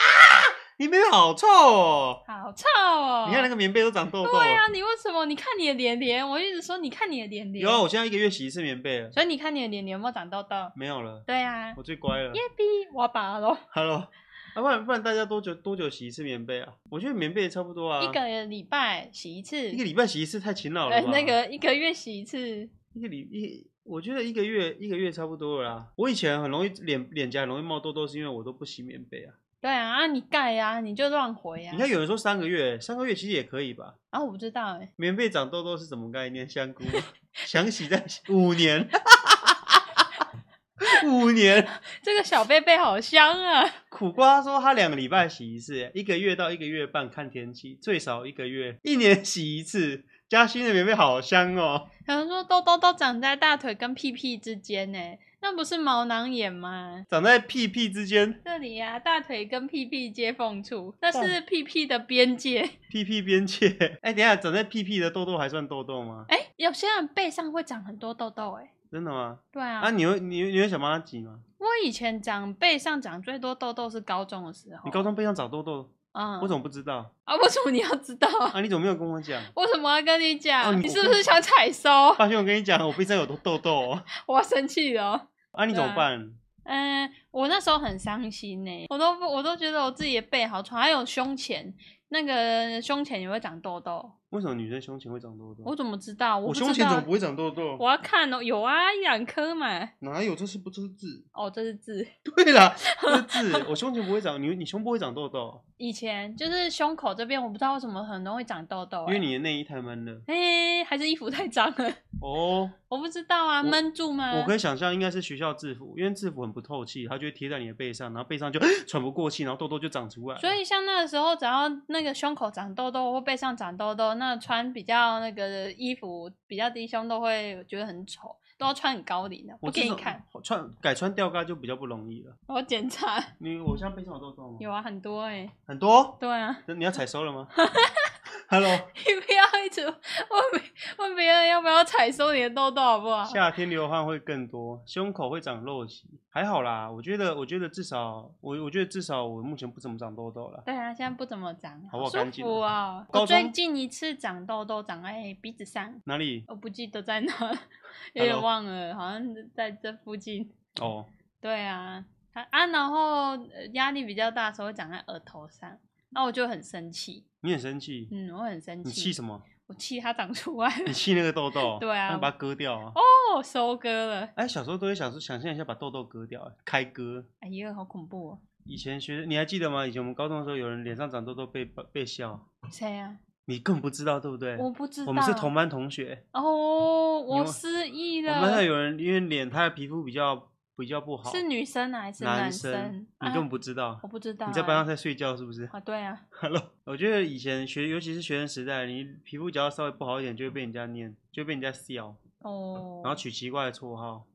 [SPEAKER 1] 你棉被好臭哦！
[SPEAKER 2] 好臭哦！
[SPEAKER 1] 你看那个棉被都长痘痘哦
[SPEAKER 2] 对啊，
[SPEAKER 1] 了。
[SPEAKER 2] 你为什么？你看你的脸脸，我一直说你看你的脸脸。
[SPEAKER 1] 有啊，我现在一个月洗一次棉被了，
[SPEAKER 2] 所以你看你的脸脸有没有长痘痘？
[SPEAKER 1] 没有了，
[SPEAKER 2] 对啊，
[SPEAKER 1] 我最乖了
[SPEAKER 2] 耶。比我拔了，
[SPEAKER 1] Hello，啊，不然不然大家多久多久洗一次棉被啊？我觉得棉被差不多啊，
[SPEAKER 2] 一个礼拜洗一次，
[SPEAKER 1] 一个礼拜洗一次太勤劳了
[SPEAKER 2] 呃
[SPEAKER 1] 吧？
[SPEAKER 2] 那个一个月洗一次。
[SPEAKER 1] 一个礼一，我觉得一个月一个月差不多了啦。我以前很容易脸脸颊很容易冒痘痘，是因为我都不洗棉被啊。
[SPEAKER 2] 对啊，啊你盖呀、啊，你就乱回呀、
[SPEAKER 1] 你看有人说三个月，三个月其实也可以吧？
[SPEAKER 2] 啊，我不知道哎、
[SPEAKER 1] 免费长痘痘是什么概念？香菇吗 想洗在五 年，五年。
[SPEAKER 2] 这个小贝贝好香啊！
[SPEAKER 1] 苦瓜说他两个礼拜洗一次，一个月到一个月半看天气，最少一个月，一年洗一次。嘉欣的棉被好香哦，
[SPEAKER 2] 有人说痘痘都长在大腿跟屁屁之间呢、那不是毛囊炎吗？
[SPEAKER 1] 长在屁屁之间，
[SPEAKER 2] 这里呀、大腿跟屁屁接缝处，那是
[SPEAKER 1] 但
[SPEAKER 2] 屁屁的边界。
[SPEAKER 1] 屁屁边界。哎、等一下，长在屁屁的痘痘还算痘痘吗？
[SPEAKER 2] 哎、有些人背上会长很多痘痘、哎，
[SPEAKER 1] 真的吗？
[SPEAKER 2] 对啊。哦
[SPEAKER 1] 啊，你会你会你会想帮他挤吗？
[SPEAKER 2] 我以前长背上长最多痘痘是高中的时候。
[SPEAKER 1] 你高中背上长痘痘，
[SPEAKER 2] 嗯，
[SPEAKER 1] 我怎么不知道？
[SPEAKER 2] 啊？为什么你要知道啊？
[SPEAKER 1] 啊，你怎么没有跟我讲？
[SPEAKER 2] 为什么要跟你讲？
[SPEAKER 1] 啊你
[SPEAKER 2] 你是不是想采收？
[SPEAKER 1] 发现我跟你讲，我背上有多痘痘、哦，
[SPEAKER 2] 我要生气了哦。
[SPEAKER 1] 啊，你怎么
[SPEAKER 2] 对啊
[SPEAKER 1] 办？
[SPEAKER 2] 嗯，我那时候很伤心呢、我都不，我都觉得我自己的背好丑，还有胸前那个胸前也会长痘痘，
[SPEAKER 1] 为什么女生胸前会长痘痘？
[SPEAKER 2] 我怎么知道？
[SPEAKER 1] 我
[SPEAKER 2] 不知道
[SPEAKER 1] 胸前怎么不会长痘痘？
[SPEAKER 2] 我要看哦，有啊，一两颗嘛。
[SPEAKER 1] 哪有？这是不这是痣？
[SPEAKER 2] 哦，这是痣。
[SPEAKER 1] 对 啦，这是痣。我胸前不会长，你你胸部会长痘痘，
[SPEAKER 2] 以前就是胸口这边，我不知道为什么很容易长痘痘、
[SPEAKER 1] 因为你的内衣太闷了。
[SPEAKER 2] 哎、还是衣服太脏了，
[SPEAKER 1] 哦，
[SPEAKER 2] 我不知道啊，
[SPEAKER 1] 我
[SPEAKER 2] 闷住吗？
[SPEAKER 1] 我可以想象应该是学校制服，因为制服很不透气，它就会贴在你的背上，然后背上就 喘不过气，然后痘痘就长出来。
[SPEAKER 2] 所以像那个时候，只要那个胸口长痘痘或背上长痘痘，那穿比较那个衣服比较低胸都会觉得很丑，都要穿很高领的，
[SPEAKER 1] 我
[SPEAKER 2] 不给你看。
[SPEAKER 1] 这种穿改穿吊嘎就比较不容易了。
[SPEAKER 2] 我检查
[SPEAKER 1] 你我现在背上有痘痘吗？
[SPEAKER 2] 有啊，很多哎、
[SPEAKER 1] 很多。
[SPEAKER 2] 对啊，
[SPEAKER 1] 那你要采收了吗？Hello，
[SPEAKER 2] 你不要一直问别问别人要不要采收你的痘痘好不好？
[SPEAKER 1] 夏天流汗会更多，胸口会长肉瘙，还好啦。我觉得，我觉得至少我我觉得至少我目前不怎么长痘痘了。
[SPEAKER 2] 对啊，现在不怎么长，
[SPEAKER 1] 好
[SPEAKER 2] 好舒
[SPEAKER 1] 干净
[SPEAKER 2] 服哦。
[SPEAKER 1] 高
[SPEAKER 2] 我最
[SPEAKER 1] 中
[SPEAKER 2] 近一次长痘痘长在鼻子上，
[SPEAKER 1] 哪里？
[SPEAKER 2] 我不记得在哪， 有点
[SPEAKER 1] Hello
[SPEAKER 2] 忘了，好像是在这附近。
[SPEAKER 1] 哦，
[SPEAKER 2] 对啊，啊啊，然后呃压力比较大的时候会长在额头上，那我就很生气，
[SPEAKER 1] 你很生气？
[SPEAKER 2] 嗯，我很生气。
[SPEAKER 1] 你气什么？
[SPEAKER 2] 我气它长出来了
[SPEAKER 1] 你，气那个痘痘？
[SPEAKER 2] 对啊
[SPEAKER 1] 那你把它割掉啊。
[SPEAKER 2] 哦，收割了，
[SPEAKER 1] 哎，小时候都会想说，想象一下把痘痘割掉，开割。
[SPEAKER 2] 哎呀，好恐怖哦！
[SPEAKER 1] 以前学，你还记得吗？以前我们高中的时候，有人脸上长痘痘被被笑，
[SPEAKER 2] 谁啊？
[SPEAKER 1] 你更不知道对不对？
[SPEAKER 2] 我不知道。
[SPEAKER 1] 我们是同班同学，
[SPEAKER 2] 哦，我
[SPEAKER 1] 你们
[SPEAKER 2] 失忆
[SPEAKER 1] 我们
[SPEAKER 2] 了。
[SPEAKER 1] 班上有人因为脸他的皮肤比较比较不好，
[SPEAKER 2] 是女生啊还是
[SPEAKER 1] 男
[SPEAKER 2] 生？
[SPEAKER 1] 你
[SPEAKER 2] 啊
[SPEAKER 1] 根本不知道
[SPEAKER 2] 我。不知道欸、
[SPEAKER 1] 你在班上在睡觉是不是
[SPEAKER 2] 啊？对啊，
[SPEAKER 1] ？Hello，我觉得以前学，尤其是学生时代，你皮肤只要稍微不好一点，就会被人家念，就会被人家笑，
[SPEAKER 2] 哦。
[SPEAKER 1] 然后取奇怪的绰号。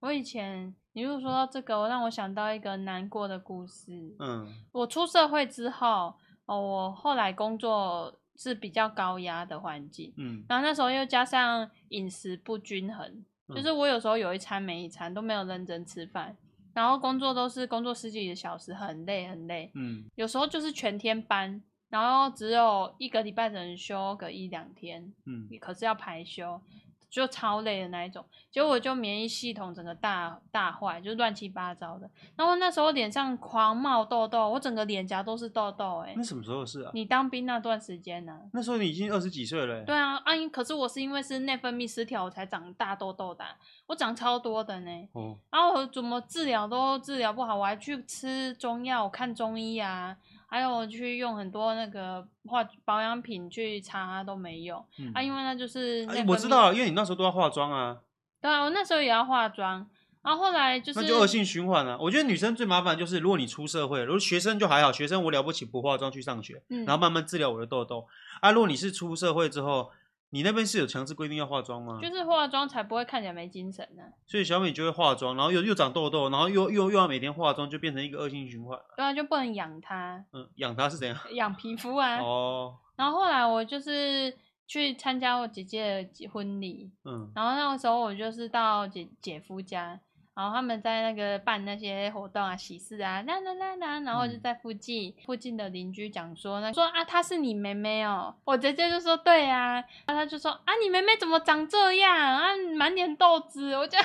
[SPEAKER 2] 我以前，你如果说到这个，让我想到一个难过的故事。
[SPEAKER 1] 嗯，
[SPEAKER 2] 我出社会之后，哦，我后来工作是比较高压的环境，
[SPEAKER 1] 嗯，
[SPEAKER 2] 然后那时候又加上饮食不均衡，
[SPEAKER 1] 嗯
[SPEAKER 2] 就是我有时候有一餐没一餐都没有认真吃饭，然后工作都是工作十几个小时，很累很累，
[SPEAKER 1] 嗯，
[SPEAKER 2] 有时候就是全天班，然后只有一个礼拜只能休个一两天，
[SPEAKER 1] 嗯，
[SPEAKER 2] 可是要排休，就超累的那一种。结果我就免疫系统整个大大坏，就乱七八糟的。然后那时候脸上狂冒痘痘，我整个脸颊都是痘痘、欸。
[SPEAKER 1] 那什么时候的事啊？
[SPEAKER 2] 你当兵那段时间呢、
[SPEAKER 1] 那时候你已经二十几岁了欸、
[SPEAKER 2] 对啊，啊，因可是我是因为是内分泌失调，我才长大痘痘的啊、我长超多的呢。
[SPEAKER 1] 哦，
[SPEAKER 2] 然后我怎么治疗都治疗不好，我还去吃中药，我看中医啊，还有去用很多那个化保养品去擦都没用
[SPEAKER 1] 嗯
[SPEAKER 2] 啊，因为那就是、
[SPEAKER 1] 哎我知道，了，因为你那时候都要化妆啊，
[SPEAKER 2] 对啊，我那时候也要化妆，然后后来就是
[SPEAKER 1] 那就恶性循环了、啊我觉得女生最麻烦就是，如果你出社会，如果学生就还好，学生我了不起不化妆去上学，
[SPEAKER 2] 嗯
[SPEAKER 1] 然后慢慢治疗我的痘痘。啊，如果你是出社会之后，你那边是有强制规定要化妆吗？
[SPEAKER 2] 就是化妆才不会看起来没精神呢、
[SPEAKER 1] 所以小美就会化妆，然后又又长痘痘，然后又又又要每天化妆，就变成一个恶性循环。
[SPEAKER 2] 对啊，就不能养它，
[SPEAKER 1] 嗯，养她是怎样？
[SPEAKER 2] 养皮肤啊。
[SPEAKER 1] 哦，
[SPEAKER 2] 然后后来我就是去参加我姐姐的婚礼，
[SPEAKER 1] 嗯
[SPEAKER 2] 然后那个时候我就是到姐姐夫家，然后他们在那个办那些活动啊、喜事啊，啦啦啦啦，然后我就
[SPEAKER 1] 嗯
[SPEAKER 2] 在附近、附近的邻居讲说，那说啊，她是你妹妹哦。我姐姐就说对啊，然后她就说啊，你妹妹怎么长这样啊，满脸痘子。我就嘿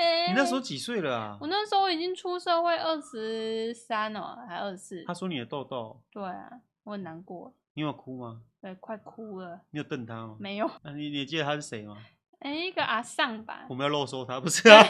[SPEAKER 2] 嘿，
[SPEAKER 1] 你那时候几岁了啊
[SPEAKER 2] 哎我？那时候已经出社会二十三哦，还二十四
[SPEAKER 1] 她。说你的痘痘，
[SPEAKER 2] 对啊，我很难过，
[SPEAKER 1] 你有哭吗？
[SPEAKER 2] 对，快哭了。
[SPEAKER 1] 你有瞪她吗？
[SPEAKER 2] 没有，
[SPEAKER 1] 啊、你你记得她是谁吗？
[SPEAKER 2] 哎，一个阿尚吧
[SPEAKER 1] 我，们要漏收她，不是啊？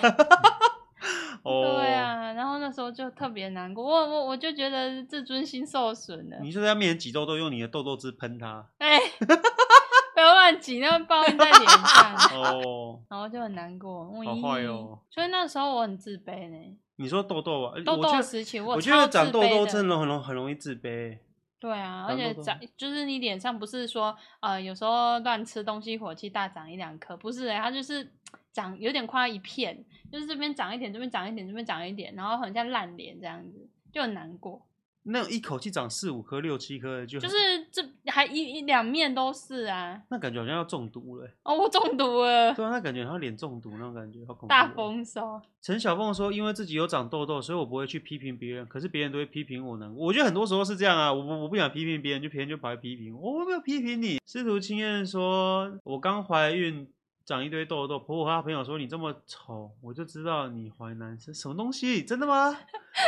[SPEAKER 1] 哦，
[SPEAKER 2] 对啊，然后那时候就特别难过，我我我就觉得自尊心受损了。
[SPEAKER 1] 你就在他面前挤痘痘，用你的痘痘汁喷他。
[SPEAKER 2] 哎， 不要乱挤，那会报应在 脸上，
[SPEAKER 1] 哦，
[SPEAKER 2] 然后就很难过。我
[SPEAKER 1] 好坏哦
[SPEAKER 2] 所以那时候我很自卑呢。
[SPEAKER 1] 你说痘痘啊？呃
[SPEAKER 2] 痘
[SPEAKER 1] 我觉
[SPEAKER 2] 痘
[SPEAKER 1] 得
[SPEAKER 2] 时期，
[SPEAKER 1] 我觉
[SPEAKER 2] 超
[SPEAKER 1] 得
[SPEAKER 2] 自
[SPEAKER 1] 长痘
[SPEAKER 2] 卑
[SPEAKER 1] 痘
[SPEAKER 2] 的。
[SPEAKER 1] 真的很容很容易自卑。
[SPEAKER 2] 对啊，而
[SPEAKER 1] 长
[SPEAKER 2] 且
[SPEAKER 1] 痘痘
[SPEAKER 2] 长就是你脸上不是说呃有时候乱吃东西火气大长一两颗，不是、欸，它就是长有点快一片，就是这边长一点，这边长一点，这边长一点，然后很像烂脸这样子，就很难过。
[SPEAKER 1] 那种一口气长四五颗、六七颗的 就
[SPEAKER 2] 就
[SPEAKER 1] 很
[SPEAKER 2] 是这还一一两面都是啊，
[SPEAKER 1] 那感觉好像要中毒了欸。
[SPEAKER 2] 哦，我中毒了，
[SPEAKER 1] 对啊，那感觉好像脸中毒那种感觉，好恐怖哦。
[SPEAKER 2] 大丰收。
[SPEAKER 1] 陈小凤说：“因为自己有长痘痘，所以我不会去批评别人，可是别人都会批评我呢。我觉得很多时候是这样啊，我不我不想批评别人，就别人就跑来批评我，我没有批评你。”司徒清燕说：“我刚怀孕，长一堆痘痘，婆婆和她朋友说你这么丑，我就知道你怀男生。什么东西？真的吗？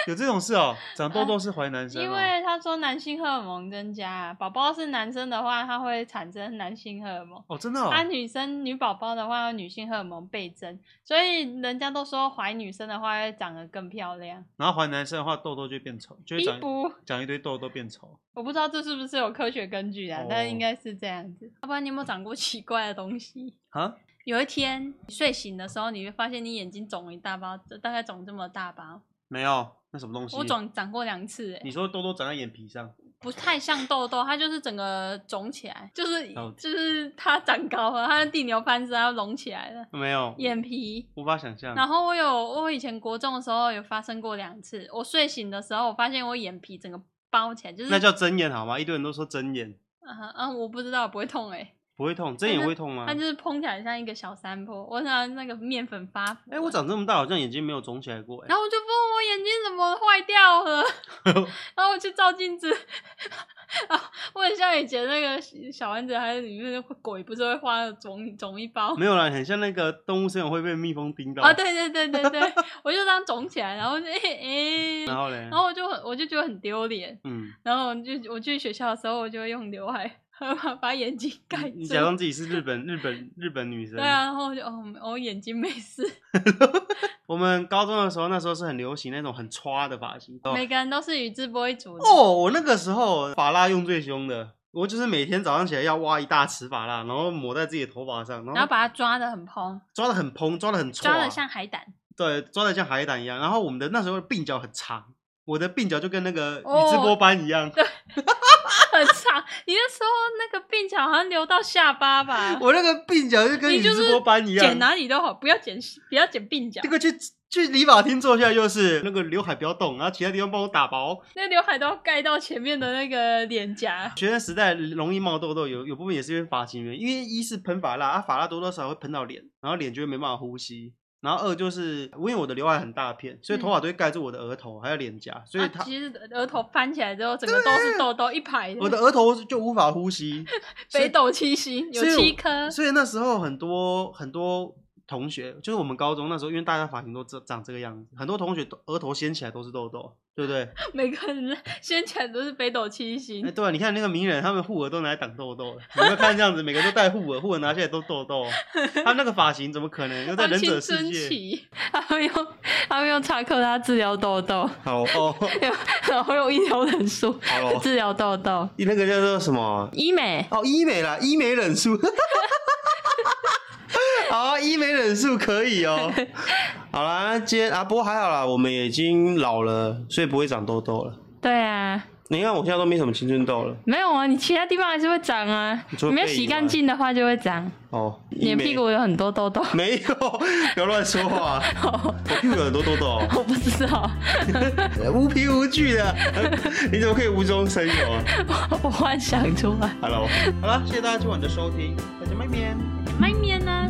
[SPEAKER 1] 有这种事哦？长痘痘是怀男生、哦
[SPEAKER 2] 啊因为他说男性荷尔蒙增加啊，宝宝是男生的话，它会产生男性荷尔蒙。
[SPEAKER 1] 哦，真的、哦
[SPEAKER 2] 啊，女生女宝宝的话，女性荷尔蒙倍增，所以人家都说怀女生的话会长得更漂亮。
[SPEAKER 1] 然后怀男生的话，痘痘就会变丑，就会
[SPEAKER 2] 逼
[SPEAKER 1] 长
[SPEAKER 2] 不，
[SPEAKER 1] 长一堆痘痘变丑。
[SPEAKER 2] 我不知道这是不是有科学根据啊，
[SPEAKER 1] 哦
[SPEAKER 2] 但应该是这样子。要不然你有没有长过奇怪的东西？
[SPEAKER 1] 啊，
[SPEAKER 2] 有一天你睡醒的时候，你会发现你眼睛肿一大包，大概肿这么大包。
[SPEAKER 1] 没有，那什么东西？
[SPEAKER 2] 我肿长过两次、欸，
[SPEAKER 1] 你说痘痘长在眼皮上，
[SPEAKER 2] 不太像痘痘，它就是整个肿起来，就是
[SPEAKER 1] 到底
[SPEAKER 2] 就是它长高了，它的地牛攀枝它隆起来了，
[SPEAKER 1] 没有，
[SPEAKER 2] 眼皮。
[SPEAKER 1] 无法想象。
[SPEAKER 2] 然后我有我以前国中的时候有发生过两次，我睡醒的时候我发现我眼皮整个包起来，就是
[SPEAKER 1] 那叫睁眼好吗？一堆人都说睁眼
[SPEAKER 2] 嗯哼嗯，我不知道不会痛哎、
[SPEAKER 1] 不会痛，睁眼会痛吗？
[SPEAKER 2] 它就是蓬起来像一个小山坡，我想那个面粉发福了。
[SPEAKER 1] 哎、我长这么大好像眼睛没有肿起来过、哎，
[SPEAKER 2] 然后我就问我眼睛怎么坏掉了，然后我去照镜子， 啊，我很像以前那个小丸子还是里面的鬼，不是会画那肿肿一 包
[SPEAKER 1] 没有啦，很像那个动物森友会被蜜蜂叮到
[SPEAKER 2] 啊？对对对对对， 我就这样肿起来，然后就哎哎、
[SPEAKER 1] 然后嘞
[SPEAKER 2] 然，后我就很我就觉得很丢脸，
[SPEAKER 1] 嗯，
[SPEAKER 2] 然后我就我去学校的时候，我就会用刘海 把把眼睛盖
[SPEAKER 1] 你你
[SPEAKER 2] 住
[SPEAKER 1] 假。装自己是日本日本日本女生。
[SPEAKER 2] 对啊，然后我就哦，我眼睛没事，
[SPEAKER 1] 我们高中的时候，那时候是很流行那种很歘的发型。哦
[SPEAKER 2] 每个人都是宇智波一族的。
[SPEAKER 1] 哦，我那个时候发蜡用最凶的，我就是每天早上起来要挖一大匙发蜡，然后抹在自己的头发上，然
[SPEAKER 2] 然后
[SPEAKER 1] 后
[SPEAKER 2] 把它抓的很蓬，
[SPEAKER 1] 抓的很蓬，抓的很歘，啊
[SPEAKER 2] 抓的像海胆，
[SPEAKER 1] 对，抓的像海胆一样。然后我们的那时候的鬓角很长，我的鬓角就跟那个
[SPEAKER 2] 哦
[SPEAKER 1] 宇智波斑一样。
[SPEAKER 2] 很长。你那时候那个鬓角好像留到下巴吧？
[SPEAKER 1] 我那个鬓角就跟宇
[SPEAKER 2] 你就
[SPEAKER 1] 智
[SPEAKER 2] 是
[SPEAKER 1] 波斑一样。
[SPEAKER 2] 剪哪里都好，不要剪不要剪鬓角
[SPEAKER 1] 这，个去去理发厅坐下，又是那个刘海不要动，然后其他地方帮我打薄。
[SPEAKER 2] 那刘海都要盖到前面的那个脸颊。
[SPEAKER 1] 学生时代容易冒痘痘，有有部分也是因为发型原因，因为一是喷发蜡，啊发蜡多多少少会喷到脸，然后脸就会没办法呼吸。然后二就是因为我的刘海很大片，所以头发都会盖住我的额头还有脸颊，所以
[SPEAKER 2] 嗯啊
[SPEAKER 1] 它、
[SPEAKER 2] 其实额头翻起来之后，整个都是痘痘一排
[SPEAKER 1] 我的额头就无法呼吸。所以
[SPEAKER 2] 北斗七星有
[SPEAKER 1] 所以
[SPEAKER 2] 七颗，
[SPEAKER 1] 所以那时候很多很多同学，就是我们高中那时候，因为大家发型都这长这个样子，很多同学都额头掀起来都是痘痘，对 不对？
[SPEAKER 2] 每个人掀起来都是北斗七星
[SPEAKER 1] 哎、。对啊，你看那个名人，他们护额都拿来挡痘痘了。你们看这样子，每个都戴护额，护额拿下来都痘 痘。他那个发型怎么可能？又 在
[SPEAKER 2] 他
[SPEAKER 1] 忍
[SPEAKER 2] 青
[SPEAKER 1] 者世
[SPEAKER 2] 春
[SPEAKER 1] 界。
[SPEAKER 2] 期，他们用他们用查克拉治疗痘痘，
[SPEAKER 1] 好哦，
[SPEAKER 2] 然后用医疗忍术
[SPEAKER 1] 好哦，
[SPEAKER 2] 治疗痘痘。
[SPEAKER 1] 你 那个叫做什么？
[SPEAKER 2] 医美
[SPEAKER 1] 哦，医美啦，医美忍术。 好，医美忍术可以 哦。好啦，那今天啊，不过还好啦，我们也已经老了，所以不会长痘痘了。
[SPEAKER 2] 对啊，
[SPEAKER 1] 你看我现在都没什么青春痘了。
[SPEAKER 2] 没有啊，你其他地方还是会长啊，
[SPEAKER 1] 你说
[SPEAKER 2] 你没有
[SPEAKER 1] 背以
[SPEAKER 2] 洗
[SPEAKER 1] 外
[SPEAKER 2] 干净的话就会长。
[SPEAKER 1] 哦，
[SPEAKER 2] 你
[SPEAKER 1] 医
[SPEAKER 2] 的
[SPEAKER 1] 美
[SPEAKER 2] 屁股有很多痘痘，
[SPEAKER 1] 没有，不要乱说 话。我屁股有很多痘痘。
[SPEAKER 2] 我不知道，
[SPEAKER 1] 无凭无据的，你怎么可以无中生有啊
[SPEAKER 2] 我幻想出来。
[SPEAKER 1] ？Hello，好了，谢谢大家今晚的收听，大家拜拜。
[SPEAKER 2] 外面呢？啊